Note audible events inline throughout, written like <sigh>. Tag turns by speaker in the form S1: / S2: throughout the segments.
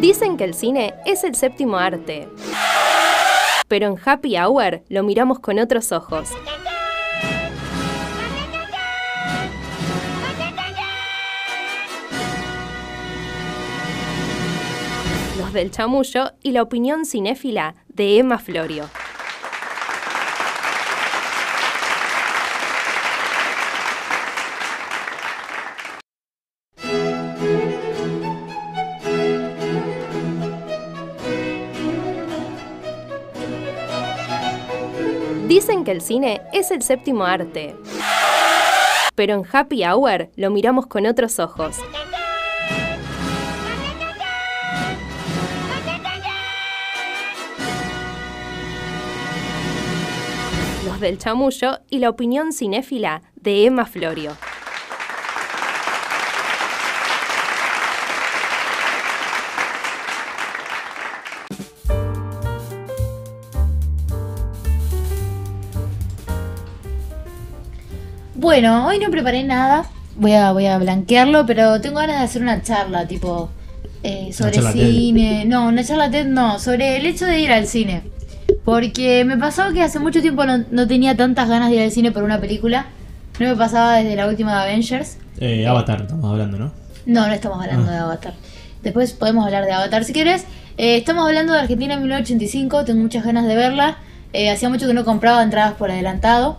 S1: Dicen que el cine es el séptimo arte. Pero en Happy Hour lo miramos con otros ojos. Los del chamullo y la opinión cinéfila de Emma Florio. Dicen que el cine es el séptimo arte. Pero en Happy Hour lo miramos con otros ojos. Los del chamullo y la opinión cinéfila de Emma Florio.
S2: Bueno, hoy no preparé nada. Voy a, voy a blanquearlo, pero tengo ganas de hacer una charla, tipo, eh, sobre
S3: charla TED.
S2: cine. No, una charla TED no, sobre el hecho de ir al cine. Porque me pasó que hace mucho tiempo no, no tenía tantas ganas de ir al cine por una película. No me pasaba desde la última de Avengers.
S3: Eh, Avatar, estamos hablando, ¿no?
S2: No, no estamos hablando
S3: Ah.
S2: de Avatar. Después podemos hablar de Avatar si quieres. Eh, estamos hablando de Argentina en 1985, tengo muchas ganas de verla. Eh, hacía mucho que no compraba entradas por adelantado.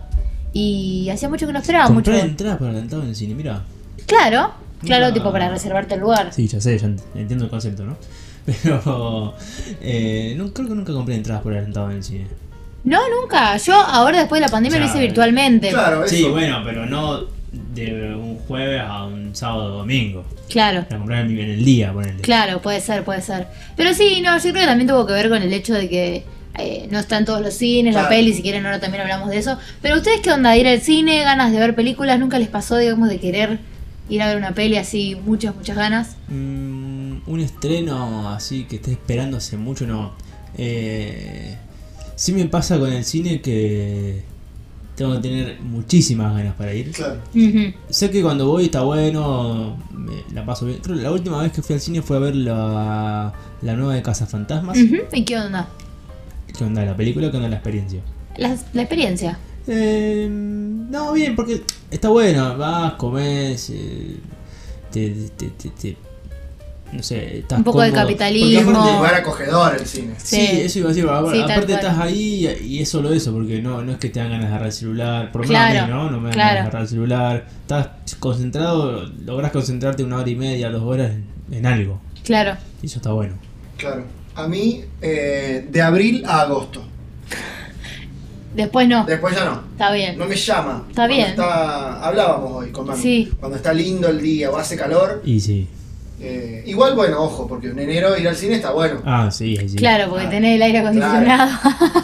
S2: Y hacía mucho que no esperaba
S3: Compré
S2: Ah, mucho.
S3: entradas por adelantado en el cine, mira.
S2: Claro, claro,
S3: Mira.
S2: tipo para reservarte el lugar.
S3: Sí, ya sé, ya ent- entiendo el concepto, ¿no? <laughs> Pero eh, no, creo que nunca compré entradas por adelantado en el cine.
S2: No, nunca. Yo ahora después de la pandemia lo
S3: Ya,
S2: hice
S3: eh.
S2: virtualmente.
S4: Claro,
S3: Sí,
S4: eso.
S3: bueno, pero no de un jueves a un sábado o domingo.
S2: Claro,
S3: La compré en en el día, ponele.
S2: claro, puede ser, puede ser. Pero sí, no, yo creo que también tuvo que ver con el hecho de que eh, no están todos los cines, la
S4: Claro.
S2: peli, si quieren ahora también hablamos de eso. Pero ustedes qué onda, ir al cine, ganas de ver películas, nunca les pasó, digamos, de querer ir a ver una peli así, muchas, muchas ganas.
S3: Mm, un estreno así que esté esperando hace mucho, no. Eh, sí me pasa con el cine que tengo que tener muchísimas ganas para ir.
S4: Claro.
S2: Ujú.
S3: Sé que cuando voy está bueno, me la paso bien. Creo que la última vez que fui al cine fue a ver la, la nueva de Cazafantasmas.
S2: Ujú. ¿Y qué onda?
S3: ¿Qué onda la película? ¿Qué onda la experiencia?
S2: La, la experiencia.
S3: Eh, no, bien, porque está bueno. Vas, comes, eh, te, te- te- te- No sé, estás
S2: Un poco de
S3: cómodo.
S4: Porque
S2: capitalismo.
S4: aparte es un lugar acogedor el cine.
S3: Sí,
S2: Sí.
S3: eso iba a decir. a-
S2: Sí, tal
S3: aparte
S2: cual.
S3: estás ahí y, y es solo eso, porque no, no es que te dan ganas de agarrar el celular. Por lo menos a mí,
S2: Claro,
S3: ¿no? No me dan
S2: claro.
S3: ganas de agarrar el celular. Estás concentrado, logras concentrarte una hora y media, dos horas en, en algo.
S2: Claro.
S3: Y eso está bueno.
S4: Claro. A mí, eh, de abril a agosto.
S2: Después no.
S4: Después ya no.
S2: Está Ah. bien.
S4: No me llama.
S2: Está
S4: Cuando
S2: bien.
S4: está- hablábamos hoy con Mami.
S2: Sí.
S4: Cuando está lindo el día o hace calor.
S3: Y sí.
S4: eh, igual, bueno, ojo, porque en enero ir al cine está bueno.
S3: Ah, sí, ahí sí.
S2: Claro, porque
S4: Ah,
S2: tenés el aire acondicionado.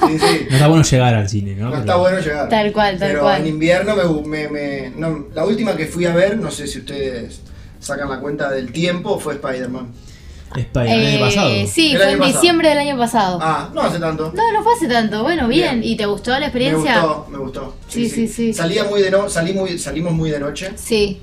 S4: Sí, sí.
S2: <laughs>
S3: No está bueno llegar al cine, ¿no?
S4: No
S3: Pero-
S4: está bueno llegar.
S2: Tal cual, tal
S4: Pero
S2: cual.
S4: en invierno me, gu- me- me- no, la última que fui a ver, no sé si ustedes sacan la cuenta del tiempo, fue Spider-Man.
S3: Spider-Man el
S2: Eh,
S3: año pasado.
S2: Sí,
S4: El
S2: fue
S4: año
S2: en
S4: pasado.
S2: diciembre del año pasado.
S4: Ah, no hace tanto.
S2: No, no fue hace tanto. Bueno, bien.
S4: Bien.
S2: ¿Y te gustó la
S4: Me
S2: experiencia?
S4: gustó, me gustó.
S2: Sí, sí, sí.
S4: Salía muy de no, salí muy, salimos muy de noche
S2: Sí.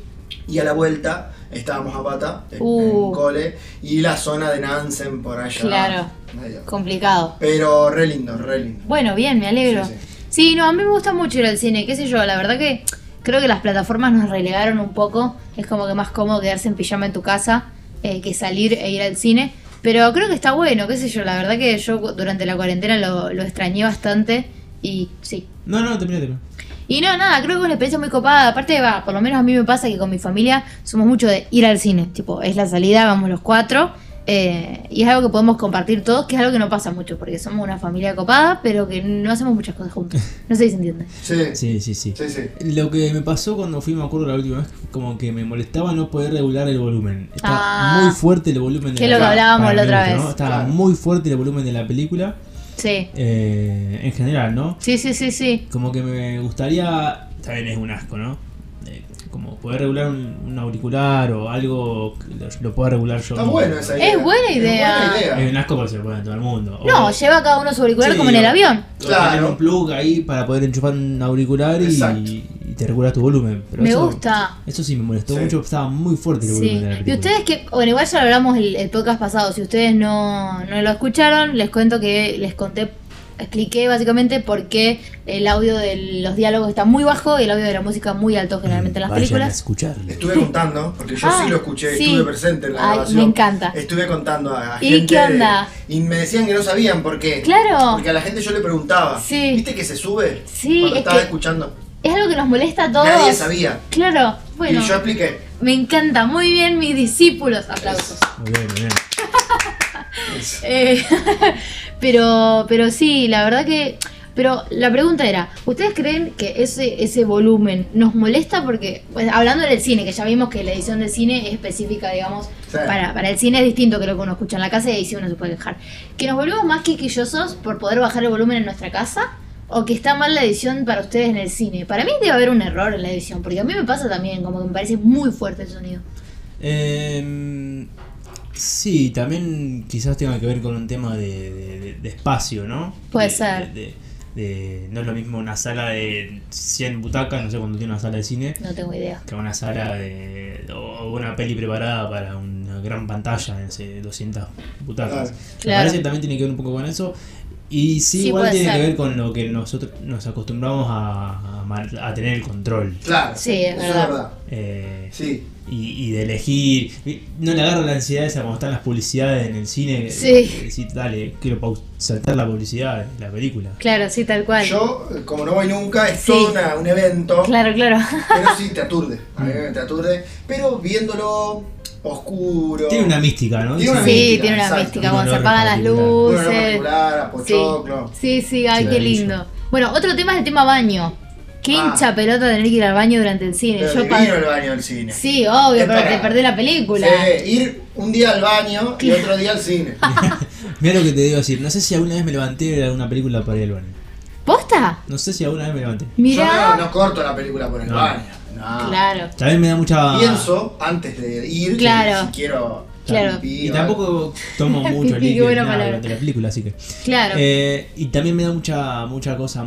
S4: y a la vuelta estábamos a pata en,
S2: Uh.
S4: en cole y la zona de Nansen por allá.
S2: Claro.
S4: Medio.
S2: Complicado.
S4: Pero re lindo, re lindo.
S2: Bueno, bien, me alegro. Sí,
S4: Sí, sí.
S2: no, a mí me gusta mucho ir al cine, qué sé yo, la verdad que creo que las plataformas nos relegaron un poco, es como que más cómodo quedarse en pijama en tu casa eh, que salir e ir al cine, pero creo que está bueno, qué sé yo, la verdad que yo durante la cuarentena lo, lo extrañé bastante y sí.
S3: No, no, terminé, terminé.
S2: Y no, nada, creo que es una experiencia muy copada, aparte va, por lo menos a mí me pasa que con mi familia somos mucho de ir al cine, tipo, es la salida, vamos los cuatro. eh, y es algo que podemos compartir todos, que es algo que no pasa mucho, porque somos una familia copada, pero que no hacemos muchas cosas juntos. No sé si se entiende.
S4: Sí, sí,
S3: Sí, sí, sí.
S4: sí. sí.
S3: Lo que me pasó cuando fui, me acuerdo la última vez, como que me molestaba no poder regular el volumen. Está
S2: Ah.
S3: muy fuerte el volumen de
S2: Que es
S3: la
S2: lo que hablábamos
S3: para
S2: la
S3: mí,
S2: otra
S3: ¿no?
S2: vez.
S3: Está
S4: Claro.
S3: muy fuerte el volumen de la película
S2: Sí.
S3: eh, en general, ¿no?
S2: Sí, sí, sí, sí.
S3: Como que me gustaría. También es un asco, ¿no? eh, como poder regular un, un auricular o algo, que lo, lo pueda regular yo.
S4: Está bueno esa idea.
S2: Es buena idea.
S4: buena idea.
S3: Hay unas copas que se ponen todo el mundo. O-
S2: No, lleva cada uno su auricular
S3: Oh. Sí,
S2: como en el
S3: o-
S2: avión.
S3: o
S4: Claro.
S3: tener un plug ahí para poder enchufar un auricular y,
S4: Exacto.
S3: y te regula tu volumen. Pero
S2: Me
S3: eso-
S2: gusta.
S3: Eso sí me molestó
S4: Sí.
S3: mucho, estaba muy fuerte el volumen
S2: Sí.
S3: de la
S2: Y
S3: película.
S2: ustedes que, bueno, igual ya lo hablamos el, el podcast pasado, si ustedes no, no lo escucharon, les cuento que les conté, expliqué básicamente por qué el audio de los diálogos está muy bajo y el audio de la música muy alto generalmente en las
S3: Mm, Vayan a
S2: películas.
S3: escucharlo.
S4: Estuve contando, porque yo
S2: Ah,
S4: sí lo escuché,
S2: sí.
S4: estuve presente en la
S2: Ay,
S4: grabación.
S2: me encanta.
S4: Estuve contando a, a
S2: ¿Y
S4: gente.
S2: qué onda?
S4: de- y me decían que no sabían por qué.
S2: Claro.
S4: Porque a la gente yo le preguntaba.
S2: Sí.
S4: ¿Viste que se sube?
S2: Sí,
S4: Cuando
S2: es
S4: estaba
S2: que-
S4: escuchando.
S2: Es algo que nos molesta a todos.
S4: Nadie sabía.
S2: Claro, bueno,
S4: Y yo expliqué.
S2: me encanta, muy bien mis discípulos, aplausos.
S3: Muy bien, muy bien.
S2: Eh, <laughs> pero, pero sí, la verdad que. Pero la pregunta era, ¿ustedes creen que ese, ese volumen nos molesta? Porque, pues, hablando del cine, que ya vimos que la edición del cine es específica, digamos,
S4: Sí.
S2: para, para el cine es distinto que lo que uno escucha en la casa y ahí sí uno se puede quejar. ¿Que nos volvemos más quisquillosos por poder bajar el volumen en nuestra casa? ¿O que está mal la edición para ustedes en el cine? Para mí debe haber un error en la edición, porque a mí me pasa también, como que me parece muy fuerte el sonido.
S3: Eh, sí, también quizás tenga que ver con un tema de, de- de- de espacio, ¿no?
S2: Puede
S3: De-
S2: ser.
S3: de- de- de- no es lo mismo una sala de 100 butacas, no sé cuando tiene una sala de cine,
S2: No tengo idea.
S3: que una sala de, o una peli preparada para una gran pantalla de no sé, 200 butacas.
S4: Claro.
S2: Claro.
S3: Me parece que también tiene que ver un poco con eso. Y sí,
S2: Sí,
S3: igual
S2: puede
S3: tiene
S2: ser.
S3: que ver con lo que nosotros nos acostumbramos a, a mar- a tener el control.
S4: Claro.
S2: Sí, es
S4: eso
S2: verdad.
S3: Eh,
S4: Sí.
S3: y, y de elegir. No le agarro la ansiedad esa cuando están las publicidades en el cine.
S2: Sí.
S3: Eh, Decir, dale, quiero pau- saltar la publicidad de la película.
S2: Claro, sí, tal cual.
S4: Yo, eh, como no voy nunca, es
S2: Sí.
S4: todo una- un evento.
S2: Claro, claro.
S4: Pero sí te
S2: <laughs>
S4: aturde. A mí me te aturde. Pero viéndolo oscuro.
S3: Tiene una mística, ¿no?
S4: Tiene una
S2: Sí,
S4: mística,
S2: tiene una
S4: exacto.
S2: mística,
S3: Un
S2: cuando se
S3: olor
S2: apagan las
S3: particular.
S4: Bueno, no
S2: luces.
S4: particular, a
S2: Sí.
S4: pochoclo.
S2: sí, sí, ay, qué
S3: Cigarrillo.
S2: lindo. Bueno, otro tema es el tema baño. Qué
S4: Ah.
S2: hincha pelota tener que ir al baño durante el cine.
S4: Pero
S2: Yo
S4: divino
S2: pa-
S4: el baño del cine.
S2: Sí, obvio,
S4: Es
S2: pero
S4: para-
S2: te perdés la película.
S4: Sí, ir un día al baño y otro día
S2: <laughs>
S4: al cine.
S3: Mira lo que te digo decir. No sé si alguna vez me levanté de alguna película para ir al baño.
S2: ¿Posta?
S3: No sé si alguna vez me levanté.
S4: Yo no,
S2: Mirá.
S4: no corto la película por el
S3: No.
S4: baño. No.
S2: Claro.
S3: También me da mucha.
S4: Pienso antes de ir
S2: Claro.
S4: si quiero.
S2: Claro.
S4: pipí
S3: Y
S4: o algo.
S3: tampoco
S4: <laughs>
S3: tomo mucho
S2: Qué
S3: líquido ni
S2: buena
S3: nada
S2: palabra.
S3: durante la película, así que.
S2: Claro.
S3: Eh, y también me da mucha mucha cosa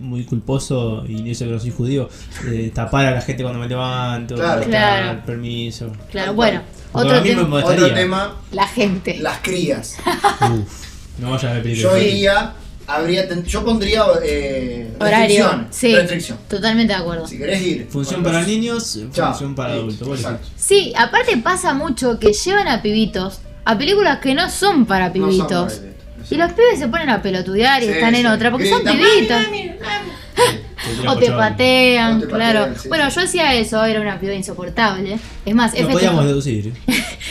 S3: muy culposo y eso que no soy judío eh, tapar a la gente cuando me levanto
S4: Claro.
S3: dar
S2: Claro.
S3: permiso
S2: claro, bueno.
S3: Porque
S2: Otro
S3: a mí me
S2: tema.
S3: molestaría.
S4: Otro tema,
S2: La gente.
S4: las crías.
S3: Uf, no vayas a ver películas
S4: Yo
S3: de
S4: iría, habría, ten- yo pondría eh,
S2: Horario.
S4: restricción.
S2: Sí.
S4: Restricción.
S2: Totalmente de acuerdo.
S4: Si querés ir.
S3: función
S4: bueno,
S3: para niños
S4: chao.
S3: función para
S4: Sí,
S3: adultos bueno.
S4: Exacto.
S2: Sí, aparte pasa mucho que llevan a pibitos a películas que no son para
S4: No
S2: pibitos.
S4: son para pibitos,
S2: y los pibes se ponen a pelotudear y
S4: Sí,
S2: están en
S4: sí.
S2: otra porque son
S4: Gritan,
S2: pibitos.
S4: "Mami, mami, mami".
S3: Te tiran
S2: O te
S3: por
S2: patean,
S4: O te patean,
S2: claro.
S4: sí,
S2: bueno,
S4: sí.
S2: yo hacía eso, era una piba insoportable. Es más, he
S3: lo podíamos
S2: festejado,
S3: deducir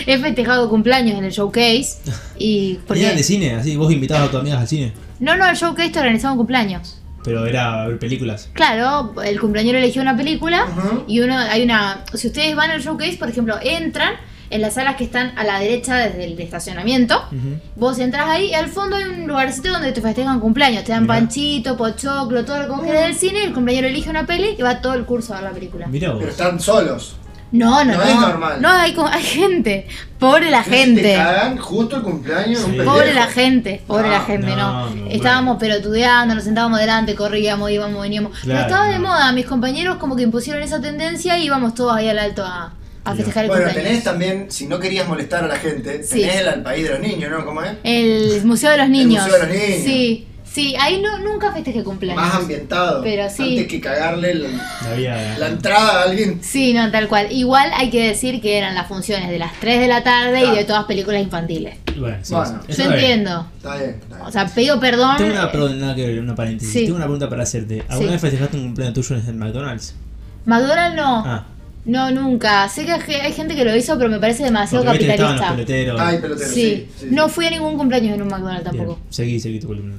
S2: he festejado cumpleaños en el showcase. Y porque-
S3: Era de cine así vos invitabas a tus amigas al cine
S2: no, no, el showcase te organizaba un cumpleaños.
S3: pero era a ver películas
S2: Claro, el cumpleañero eligió una película
S4: Ujú.
S2: y uno hay una. Si ustedes van al showcase, por ejemplo, entran en las salas que están a la derecha desde el estacionamiento.
S3: Ujú.
S2: Vos entras ahí y al fondo hay un lugarcito donde te festejan cumpleaños. Te dan
S3: Mirá.
S2: panchito, pochoclo, todo lo que vos querés del cine. El compañero elige una peli y va todo el curso a ver la película.
S3: mirá vos
S4: Pero están solos.
S2: No, no, no.
S4: No es normal.
S2: No, hay, co- hay gente. Pobre la
S4: No sé si Te
S2: gente.
S4: cagan justo el cumpleaños. de un
S3: Sí.
S4: pendejo.
S2: Pobre la gente, pobre
S4: No,
S2: la gente, no.
S3: no, no,
S2: Estábamos pelotudeando, nos sentábamos delante, corríamos, íbamos, veníamos. Pero
S3: Claro,
S2: estaba de
S3: no.
S2: moda, mis compañeros como que impusieron esa tendencia y íbamos todos ahí al alto a, a
S3: Mirá.
S2: festejar el
S4: Bueno,
S2: cumpleaños.
S4: tenés también, si no querías molestar a la gente,
S2: Sí.
S4: tenés el al país de los niños, ¿no? ¿Cómo es?
S2: El Museo de los Niños.
S4: Museo de los Niños.
S2: Sí, sí, ahí no, nunca festejé cumpleaños.
S4: Más ambientado.
S2: Pero sí.
S4: Antes que cagarle la,
S3: La vida-
S4: la entrada a alguien.
S2: Sí, no, tal cual. Igual hay que decir que eran las funciones de las 3 de la tarde y
S4: Claro.
S2: de todas películas infantiles.
S3: bueno, sí,
S4: Bueno.
S3: sí.
S2: Yo
S3: Ah. Eso está bien.
S2: entiendo.
S4: Está bien, está bien.
S2: O sea, pido perdón.
S3: Tengo una,
S2: eh,
S3: perdón, nada que ver, una paréntesis.
S2: Sí.
S3: Tengo una pregunta para hacerte. ¿Alguna
S2: Sí.
S3: vez festejaste un cumpleaños tuyo en el McDonald's?
S2: McDonald's no.
S3: Ah,
S2: No, nunca. Sé que hay hay gente que lo hizo, pero me parece demasiado
S3: porque viste que estaban los
S2: capitalista.
S3: peloteros.
S4: Ay, pelotero,
S2: Sí.
S4: sí. sí,
S2: no
S4: sí.
S2: fui a ningún cumpleaños en un McDonald's
S3: Bien,
S2: tampoco.
S3: seguí, seguí tu columna.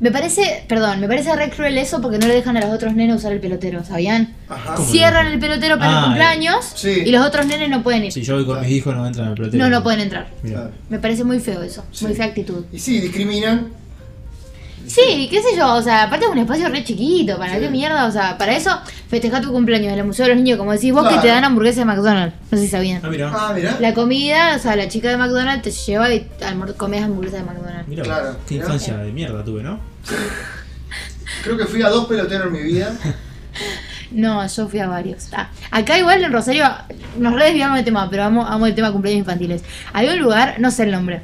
S2: Me parece, perdón, me parece re cruel eso porque no le dejan a los otros nenes usar el pelotero, ¿sabían?
S4: Ajá.
S3: ¿Cómo?
S2: Cierran el pelotero para
S3: Ah,
S2: el cumpleaños
S4: sí.
S2: y los otros nenes no pueden ir.
S3: Si yo voy con mis hijos, no entran al pelotero.
S2: no, no pueden entrar.
S3: Mirá.
S4: Claro.
S2: Me parece muy feo eso,
S4: Sí.
S2: muy fea actitud.
S4: Y sí, discriminan.
S2: Sí, qué sé yo, o sea, aparte es un espacio re chiquito, ¿para
S4: Sí.
S2: qué mierda? O sea, para eso festeja tu cumpleaños en el Museo de los Niños, como decís vos que te
S4: Claro.
S2: dan hamburguesas de McDonald's, no sé si sabían.
S3: Ah, mira.
S4: Ah, mirá.
S2: La comida, o sea, la chica de McDonald's te lleva y almor- comías hamburguesas de McDonald's.
S3: Mira,
S4: Claro,
S3: qué
S4: mirá.
S3: infancia de mierda
S2: <laughs>
S3: tuve, ¿no?
S4: Creo que fui a dos peloteros en mi vida.
S2: No, yo fui a varios. Ah, acá igual en Rosario, nos re desviamos del tema, pero amo, amo el tema cumpleaños infantiles. Había un lugar, no sé el nombre.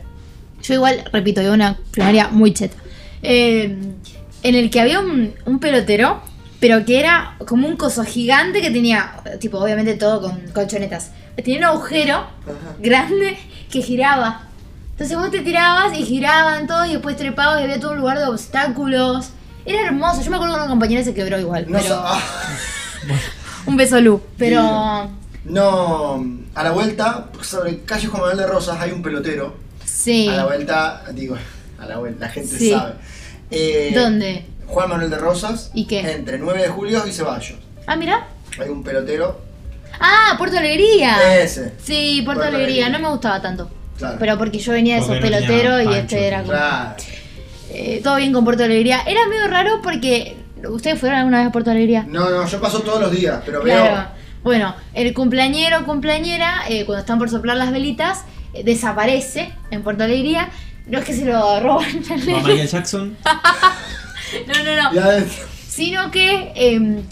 S2: Yo igual, repito, iba a una primaria muy cheta. eh, en el que había un, un pelotero, pero que era como un coso gigante que tenía, tipo, obviamente todo con colchonetas. Tenía un agujero
S4: Ajá.
S2: grande que giraba. Entonces vos te tirabas y giraban todos y después trepabas y había todo un lugar de obstáculos. Era hermoso. Yo me acuerdo que una compañera se quebró igual.
S4: No,
S2: pero-
S4: sa- ah,
S2: un beso, Lu. Pero.
S4: no, a la vuelta, sobre calle Juan Manuel de Rosas hay un pelotero.
S2: Sí.
S4: A la vuelta, digo, a la vuelta, la gente
S2: Sí.
S4: sabe. Eh,
S2: ¿Dónde?
S4: Juan Manuel de Rosas.
S2: ¿Y qué?
S4: Entre 9 de julio y Ceballos.
S2: Ah, mira.
S4: Hay un pelotero.
S2: Ah, Puerto Alegría.
S4: Ese.
S2: Sí, Puerto,
S4: Puerto
S2: Alegría.
S4: Alegría.
S2: No me gustaba tanto.
S4: Claro.
S2: Pero porque yo venía de esos
S3: Porque no tenía
S2: peloteros y
S3: pancho,
S2: este era como.
S4: Claro.
S2: eh, todo bien con Puerto Alegría. Era medio raro porque. ¿Ustedes fueron alguna vez a Puerto Alegría?
S4: No, no, yo paso todos los días, pero
S2: Claro. Bueno, el cumpleañero o cumpleañera, eh, cuando están por soplar las velitas, eh, desaparece en Puerto Alegría. No es que se lo <laughs> roban.
S3: Va Michael Jackson.
S2: no, no, no.
S4: veo. Ya ves.
S2: sino que em,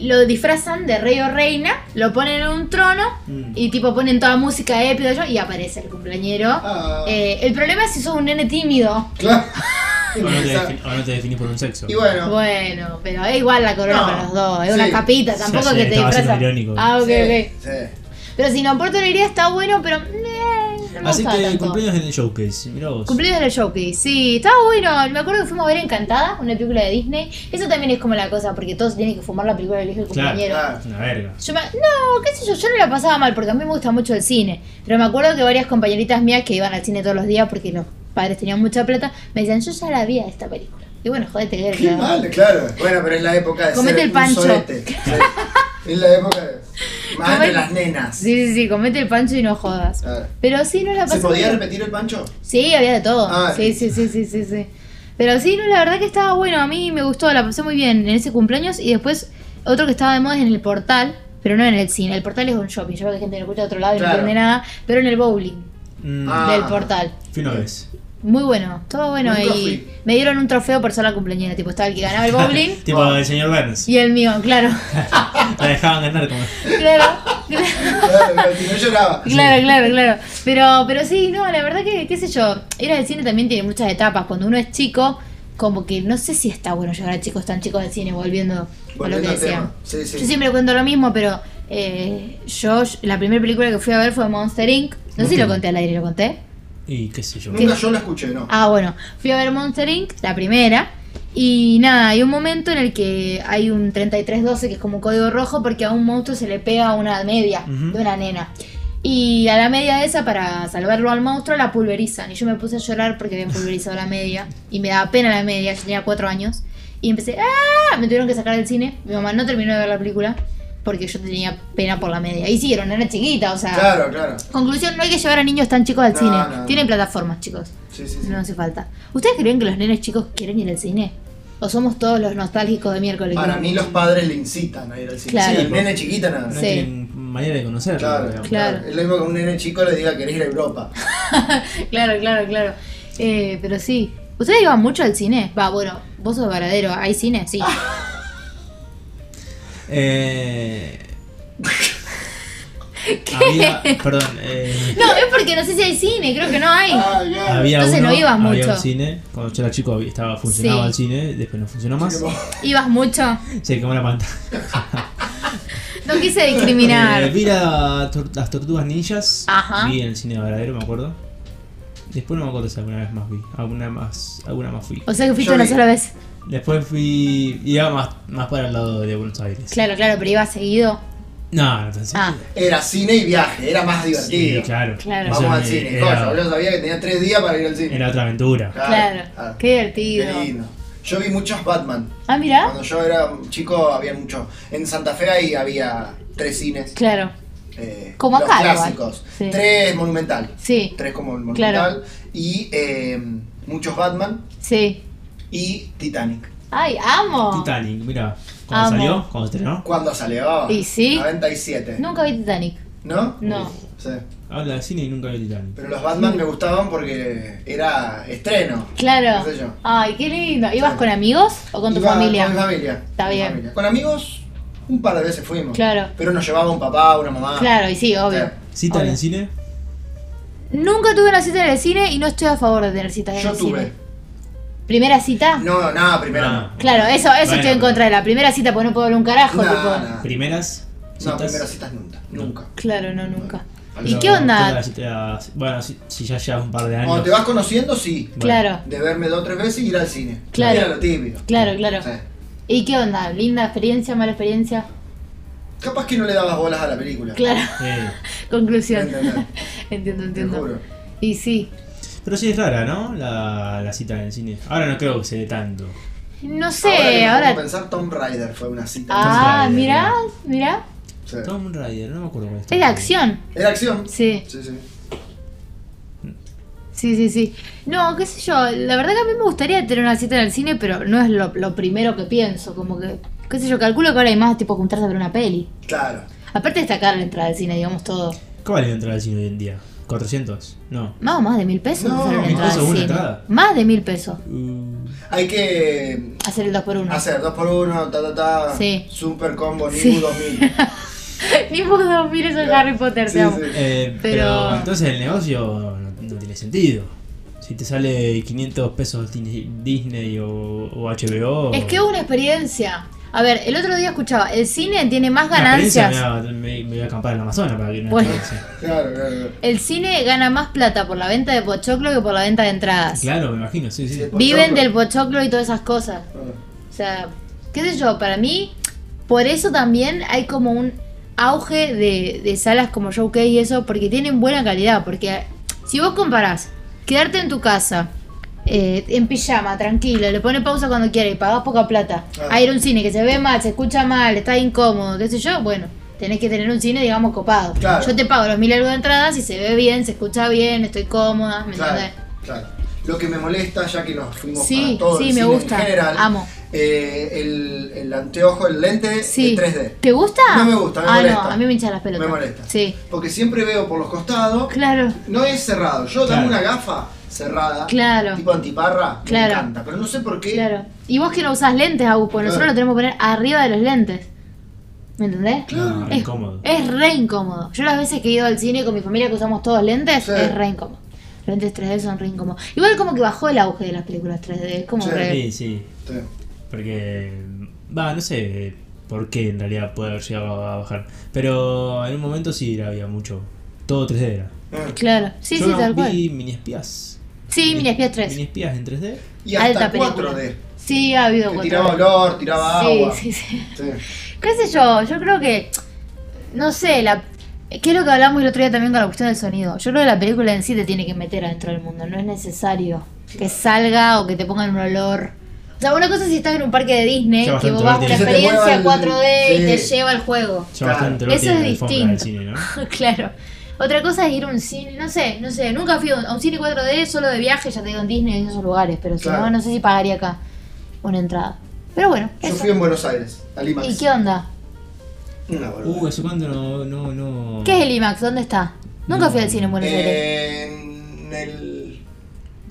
S2: lo disfrazan de rey o reina, lo ponen en un trono
S3: Mm.
S2: y tipo ponen toda música épica y yo- y aparece el cumpleañero.
S4: Ah.
S2: Eh, el problema es si sos un nene tímido.
S4: Claro.
S3: O
S4: <laughs>
S3: no, te defin- o no te definís por un sexo.
S4: Y bueno.
S2: Bueno, pero es igual la corona
S4: No.
S2: para los dos, es
S4: Sí.
S2: una capita,
S3: Ya
S2: tampoco
S3: sé,
S2: que te
S3: estaba siendo
S2: disfrazan.
S3: irónico.
S2: Ah, ok,
S4: sí,
S2: ok.
S4: sí.
S2: Pero si no, en Puerto Alegría está bueno, pero eh, no me
S3: Así
S2: gustaba
S3: que
S2: tanto.
S3: cumpleaños en el showcase. Mirá vos.
S2: Cumpleaños del Showcase, sí, estaba bueno. Me acuerdo que fuimos a ver Encantada, una película de Disney. Eso también es como la cosa, porque todos tienen que fumar la película del hijo del
S3: Claro.
S2: cumpleañero.
S4: Claro.
S3: Una verga.
S2: Yo me- no, qué sé yo, yo no la pasaba mal porque a mí me gusta mucho el cine. Pero me acuerdo que varias compañeritas mías que iban al cine todos los días porque los padres tenían mucha plata, me decían, yo ya la vi a esta película. Y bueno, jodete, que era
S4: Qué
S2: que-
S4: mal, claro. Bueno, pero es la época de
S2: Comete
S4: ser
S2: el
S4: un
S2: pancho.
S4: sorete. Sí. Es la época de... Más
S2: Comete-
S4: entre las nenas.
S2: Sí, sí, sí, comete el pancho y no jodas.
S4: Claro.
S2: Pero sí, no la pasaba
S4: Ah. ¿Se podía
S2: mal.
S4: repetir el pancho?
S2: Sí, había de todo.
S4: Ah,
S2: sí, sí, sí, sí, sí, sí. Pero sí, no, la verdad que estaba bueno, a mí me gustó, la pasé muy bien en ese cumpleaños y después otro que estaba de moda es en el portal, pero no en el cine, el portal es un shopping, yo creo que hay gente que lo escucha de otro lado y
S4: Claro.
S2: no entiende nada, pero en el bowling
S3: Mm,
S4: Ah.
S2: del portal.
S3: Fui una vez.
S2: Muy bueno, todo bueno.
S4: Nunca
S2: y
S4: fui.
S2: me dieron un trofeo por ser la cumpleañera. Tipo, estaba el que ganaba el bowling
S3: Tipo
S4: Ah.
S3: el señor
S2: <laughs>
S3: Burns.
S2: y el mío, claro.
S3: La dejaban ganar como.
S2: Claro, claro,
S4: Claro, pero si no lloraba.
S2: claro, claro. claro. Pero, pero sí, no, la verdad que, qué sé yo, ir al cine también tiene muchas etapas. Cuando uno es chico, como que no sé si está bueno llevar a chicos tan chicos al cine, volviendo, a lo
S4: Volviendo
S2: que
S4: al
S2: decían.
S4: tema. Sí, sí.
S2: Yo siempre cuento lo mismo, pero eh, yo, la primera película que fui a ver fue Monster Inc. No sé si lo
S3: Ok.
S2: conté al aire, ¿lo conté?
S3: Y qué sé yo.
S4: Nunca yo la escuché, no.
S2: Ah, bueno, fui a ver Monster Inc., la primera. Y nada, hay un momento en el que hay un 3312, que es como un código rojo, porque a un monstruo se le pega una media
S3: Ujú.
S2: de una nena. Y a la media esa, para salvarlo al monstruo, la pulverizan. Y yo me puse a llorar porque habían pulverizado la media. Y me daba pena la media, yo tenía cuatro años. Y empecé, ¡ah! Me tuvieron que sacar del cine. Mi mamá no terminó de ver la película porque yo tenía pena por la media. Y siguieron, era chiquita, o sea.
S4: Claro, claro.
S2: Conclusión, no hay que llevar a niños tan chicos al
S4: No,
S2: cine.
S4: no, no.
S2: Tienen plataformas, chicos.
S4: Sí, sí, sí.
S2: No hace falta. ¿Ustedes creen que los nenes chicos quieren ir al cine? ¿O somos todos los nostálgicos de miércoles?
S4: Para mí los padres le incitan a ir al cine.
S2: Claro.
S4: Sí, el nene chiquita nada.
S3: No
S2: Sí.
S3: tienen manera de conocerlo.
S4: Claro,
S3: digamos.
S2: Claro.
S4: Es lo mismo que un nene chico le diga querés ir a Europa.
S2: <laughs> Claro, claro, claro. Eh, pero sí. ¿Ustedes iban mucho al cine? Va, bueno, vos sos de Varadero. ¿Hay cine? Sí.
S4: Ah,
S2: <laughs>
S3: Eh.
S2: <laughs>
S3: Había, perdón, eh,
S2: No, es porque no sé si hay cine. Creo que no hay.
S4: Ah, ya.
S3: había
S2: Entonces
S3: uno,
S2: no ibas
S3: había
S2: mucho.
S3: un cine, cuando yo era chico había- estaba funcionaba
S2: Sí.
S3: el cine, después no funcionó más,
S2: ¿Ibas mucho?
S3: se quemó la pantalla.
S2: No quise
S3: Eh,
S2: discriminar.
S3: vi la tor- las tortugas ninjas.
S2: Ajá.
S3: Vi en el cine de Varadero, me acuerdo. Después no me acuerdo si alguna vez más vi. Alguna más, alguna más fui.
S2: O sea que fuiste
S4: Yo
S2: una
S4: vi-
S2: sola vez.
S3: Después fui. Iba más, más para el lado de Buenos Aires.
S2: Claro, claro, pero ibas seguido.
S3: No, no pensé.
S2: Ah,
S4: Era cine y viaje, era más
S3: sí,
S4: divertido.
S3: claro.
S2: Claro.
S3: Eso
S4: Vamos al
S3: me-
S4: cine.
S3: Era,
S4: Coño, yo sabía que tenía tres días para ir al cine.
S3: era otra aventura.
S2: claro.
S4: claro. Ah,
S2: Qué divertido.
S4: Qué lindo. Yo vi muchos Batman.
S2: Ah, mirá.
S4: Cuando yo era un chico había muchos. En Santa Fe ahí había tres cines.
S2: Claro.
S4: eh,
S2: Como
S4: los
S2: acá, igual.
S4: clásicos.
S2: Sí.
S4: Tres monumental.
S2: Sí,
S4: Tres como el
S2: Claro.
S4: monumental. Y eh, muchos Batman.
S2: sí.
S4: y Titanic.
S2: ¡Ay, amo!
S3: Titanic, mira. Cuando
S2: Ah. Amo.
S3: salió, cuando estrenó.
S4: ¿Cuándo salió?
S2: Y sí.
S4: 97.
S2: Nunca vi Titanic.
S4: ¿No?
S2: No.
S4: Sí.
S3: Habla de cine y nunca vio Titanic.
S4: Pero los Batman me gustaban porque era estreno.
S2: Claro.
S4: No sé yo.
S2: Ay, qué lindo. ¿Ibas
S4: Sí.
S2: con amigos o con tu
S4: Iba
S2: familia?
S4: Con mi familia.
S2: Está
S4: Con mi
S2: bien.
S4: familia. Con amigos, un par de veces fuimos.
S2: Claro.
S4: Pero nos llevaba un papá, una mamá.
S2: Claro, y sí, obvio.
S4: Sí.
S3: ¿Cita en
S2: Obvio.
S3: el cine?
S2: Nunca tuve una cita en el cine y no estoy a favor de tener citas en
S4: Yo
S2: el
S4: tuve.
S2: cine. ¿Primera cita?
S4: No, nada, primero
S3: No.
S4: no.
S2: Claro, eso, eso
S3: Bueno.
S2: estoy en contra de la primera cita porque no puedo ver un carajo.
S4: No,
S2: tipo.
S4: no.
S3: ¿Primeras?
S4: No,
S3: citas?
S4: primero citas nunca. Nunca.
S2: Claro, no, nunca.
S4: Pero-
S2: ¿Y
S3: Pero
S2: qué onda?
S3: todas las citas- bueno, si, si ya llevas un par de años.
S4: Cuando te vas conociendo, sí.
S3: bueno.
S2: Claro,
S4: De verme dos o tres veces y ir al cine.
S2: Claro.
S4: Era lo típico.
S2: claro, claro.
S4: Sí.
S2: ¿Y qué onda? ¿Linda experiencia, mala
S4: <laughs>
S2: experiencia?
S4: Capaz que no le dabas bolas a la película.
S2: Claro,
S3: Eh,
S2: <laughs> conclusión.
S4: ¿Entendés?
S2: <laughs> Entiendo,
S4: Te
S2: entiendo.
S4: juro.
S2: Y sí.
S3: pero sí es rara, ¿no? La, la cita en el cine. Ahora no creo que se dé tanto.
S2: No
S4: ahora, que
S2: sé,
S4: me
S2: ahora.
S4: pongo a pensar, Tomb Raider fue una cita.
S2: Ah,
S3: Tomb Raider,
S2: mirá,
S3: claro.
S2: mirá.
S4: Sí.
S3: Tom Raider, no me acuerdo cuál es.
S2: Es de acción.
S4: Era acción.
S2: Sí,
S4: Sí, sí.
S2: sí, sí, sí. No, qué sé yo. La verdad que a mí me gustaría tener una cita en el cine, pero no es lo, lo primero que pienso. Como que, qué sé yo, calculo que ahora hay más tipo juntarse a ver una peli.
S4: Claro.
S2: Aparte está cara la entrada al cine, digamos todo.
S3: ¿Cuál vale entrar al cine hoy en día? ¿400? No.
S2: Más o más de mil pesos
S4: No,
S2: hacer una
S4: mil
S2: entrada
S3: pesos
S2: al
S3: una
S2: cine.
S3: entrada.
S2: Más de mil pesos.
S3: Uh,
S4: Hay que mm,
S2: Hacer el 2 por 1
S4: hacer dos por uno, ta ta ta.
S2: Sí.
S4: Super combo, Nibu
S2: Sí. <laughs>
S4: 2000.
S2: <laughs> Ni puedo mil eso es Harry Potter,
S4: Sí,
S2: te amo.
S4: sí.
S3: eh, pero...
S2: Pero-
S3: entonces el negocio no, no tiene sentido. Si te sale 500 pesos Disney Disney o, o HBO.
S2: Es que es una experiencia. A ver, el otro día escuchaba, el cine tiene más
S3: Una experiencia,
S2: ganancias.
S3: Me voy, a, me- me voy a acampar en la Amazonas para que no
S2: Bueno. <laughs>
S4: Claro, claro, claro.
S2: El cine gana más plata por la venta de pochoclo que por la venta de entradas.
S3: Claro, me imagino, sí, sí.
S4: Sí.
S2: Viven
S4: Pochoclo.
S2: del pochoclo y todas esas cosas. O sea, qué sé yo, para mí, por eso también hay como un auge de, de salas como Showcase y eso, porque tienen buena calidad. Porque si vos comparás quedarte en tu casa, eh, en pijama, tranquilo, le pones pausa cuando quieras y pagás poca plata,
S4: Claro.
S2: a ir a un cine que se ve mal, se escucha mal, está incómodo, qué sé yo, bueno. Tenés que tener un cine, digamos, copado.
S4: Claro.
S2: Yo te pago los mil algo de entradas y se ve bien, se escucha bien, estoy cómoda, ¿me
S4: Claro,
S2: entendés?
S4: claro. Lo que me molesta, ya que nos fuimos
S2: Sí,
S4: para todo
S2: sí,
S4: el
S2: me
S4: cine
S2: gusta.
S4: en general,
S2: Amo.
S4: eh, el, el anteojo, el lente
S2: Sí.
S4: de 3D.
S2: ¿Te gusta?
S4: No me gusta, me
S2: ah,
S4: molesta.
S2: no, a mí me hinchan las pelotas.
S4: Me molesta.
S2: Sí.
S4: Porque siempre veo por los costados.
S2: Claro.
S4: No es cerrado. Yo
S3: Claro.
S4: tengo una gafa cerrada.
S2: Claro.
S4: Tipo antiparra.
S2: Claro.
S4: Me encanta. Pero no sé por qué.
S2: Claro. Y vos que no usás lentes, Agus, porque nosotros
S4: Claro.
S2: lo tenemos que poner arriba de los lentes. ¿Me entendés?
S3: No, re
S2: Es-
S3: incómodo.
S2: Es re incómodo. Yo las veces que he ido al cine con mi familia que usamos todos lentes,
S4: Sí.
S2: es re incómodo. Los lentes 3D son re incómodos. Igual como que bajó el auge de las películas 3D. Es como
S4: Sí.
S2: re...
S3: Sí, sí.
S4: Sí.
S3: Porque. Va, no sé por qué en realidad puede haber llegado a bajar. Pero en un momento sí había mucho. Todo 3D era.
S4: Mm.
S2: Claro. Sí,
S3: Yo
S2: sí,
S3: no
S2: tal cual.
S3: vi mini espías.
S2: Sí, Mini Espías 3.
S3: Mini espías en 3D.
S4: Y hasta
S2: Alta película.
S4: 4D.
S2: Sí, ha habido
S4: Que
S2: cuatro.
S4: tiraba olor, tiraba
S2: Sí,
S4: agua.
S2: sí, sí.
S4: Sí.
S2: qué sé yo, yo creo que, no sé, la, qué es lo que hablamos el otro día también con la cuestión del sonido. Yo creo que la película en sí te tiene que meter adentro del mundo, no es necesario que salga o que te pongan un olor. O sea, una cosa es si estás en un parque de Disney,
S3: Ya
S2: que
S3: bastante
S2: vos vas a una
S3: verde.
S4: Que se te
S2: experiencia
S4: mueva el-
S2: 4D y te
S4: sí.
S2: lleva al juego. <laughs>
S3: Ya
S4: Claro.
S3: bastante
S2: Eso es
S3: tiene la alfombra del
S2: distinto.
S3: cine, ¿no?
S2: claro. Otra cosa es ir a un cine, no sé, no sé, nunca fui a un a un cine 4D solo de viaje, ya te digo en Disney y en esos lugares, pero si
S4: Claro.
S2: no, no sé si pagaría acá una entrada. Pero bueno,
S4: Yo
S2: eso.
S4: fui en Buenos Aires, al IMAX.
S2: ¿Y qué onda?
S4: Una boludez.
S3: Uh, ¿hace cuánto no, no, no?
S2: ¿Qué es el IMAX? ¿Dónde está? Nunca fui al cine en Buenos
S4: Eh,
S2: Aires.
S4: En el,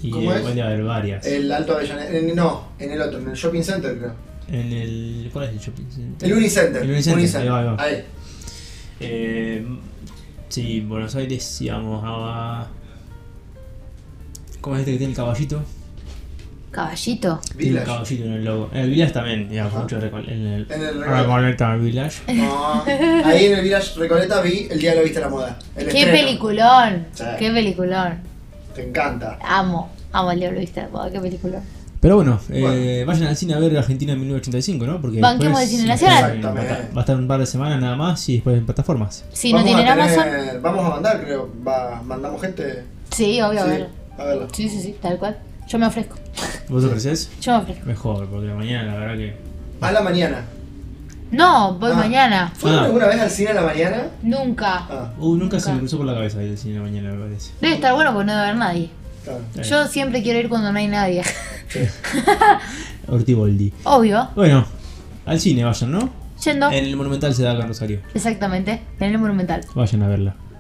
S3: Y
S4: ¿Cómo
S3: eh,
S4: es?
S3: puede haber varias.
S4: el Alto Avellaneda. en- no, en el otro, en el Shopping Center, creo.
S3: En el. ¿Cuál es el shopping center?
S4: El Unicenter.
S3: El Unicenter, ahí va, ahí va.
S4: Ahí.
S3: Eh, sí, en Buenos Aires íbamos a. ¿Cómo es este que tiene el caballito?
S2: Caballito.
S3: Tiene
S4: Village.
S3: el caballito en el logo. En el Village también, íbamos
S4: Ajá.
S3: mucho a recol- en el.
S4: En el Recoleta.
S3: Recoleta Village.
S4: No, ahí en el Village Recoleta vi el día de la vista de la moda. El
S2: ¡Qué
S4: estreno.
S2: peliculón!
S4: Sí.
S2: ¡Qué peliculón!
S4: Te encanta.
S2: Amo, amo el libro viste, qué peliculón.
S3: Pero bueno,
S4: Bueno.
S3: eh, vayan al cine a ver Argentina en 1985, ¿no? Porque
S2: Banquemos
S3: después-
S2: el cine nacional.
S3: Va a estar-
S4: Exactamente.
S3: va a estar un par de semanas nada más y después en plataformas.
S2: Si no
S4: Vamos a
S2: tienen
S4: tener-
S2: Amazon,
S4: Vamos a mandar, creo. Va, mandamos gente.
S2: sí, obvio, a
S4: Sí,
S2: ver.
S4: a verlo.
S2: Sí, sí, sí, tal cual. Yo me ofrezco.
S3: ¿Vos ofrecés?
S2: Yo me ofrezco.
S3: Mejor, porque la mañana la verdad que.
S4: A la mañana.
S2: No, voy
S4: Ah.
S2: mañana.
S4: ¿Fueron
S3: Ah.
S4: alguna vez al cine a la mañana?
S2: Nunca.
S4: Ah,
S3: Uh, nunca, se
S2: Nunca.
S3: me cruzó por la cabeza ir al cine de la mañana, me parece.
S2: Debe estar bueno porque no debe haber nadie.
S4: claro.
S3: Eh,
S2: Yo siempre quiero ir cuando no hay nadie. <laughs>
S3: Ortiboldi.
S2: Obvio.
S3: Bueno, al cine vayan, ¿no?
S2: Yendo.
S3: En el Monumental se da con Rosario.
S2: Exactamente. En el Monumental.
S3: Vayan a verla.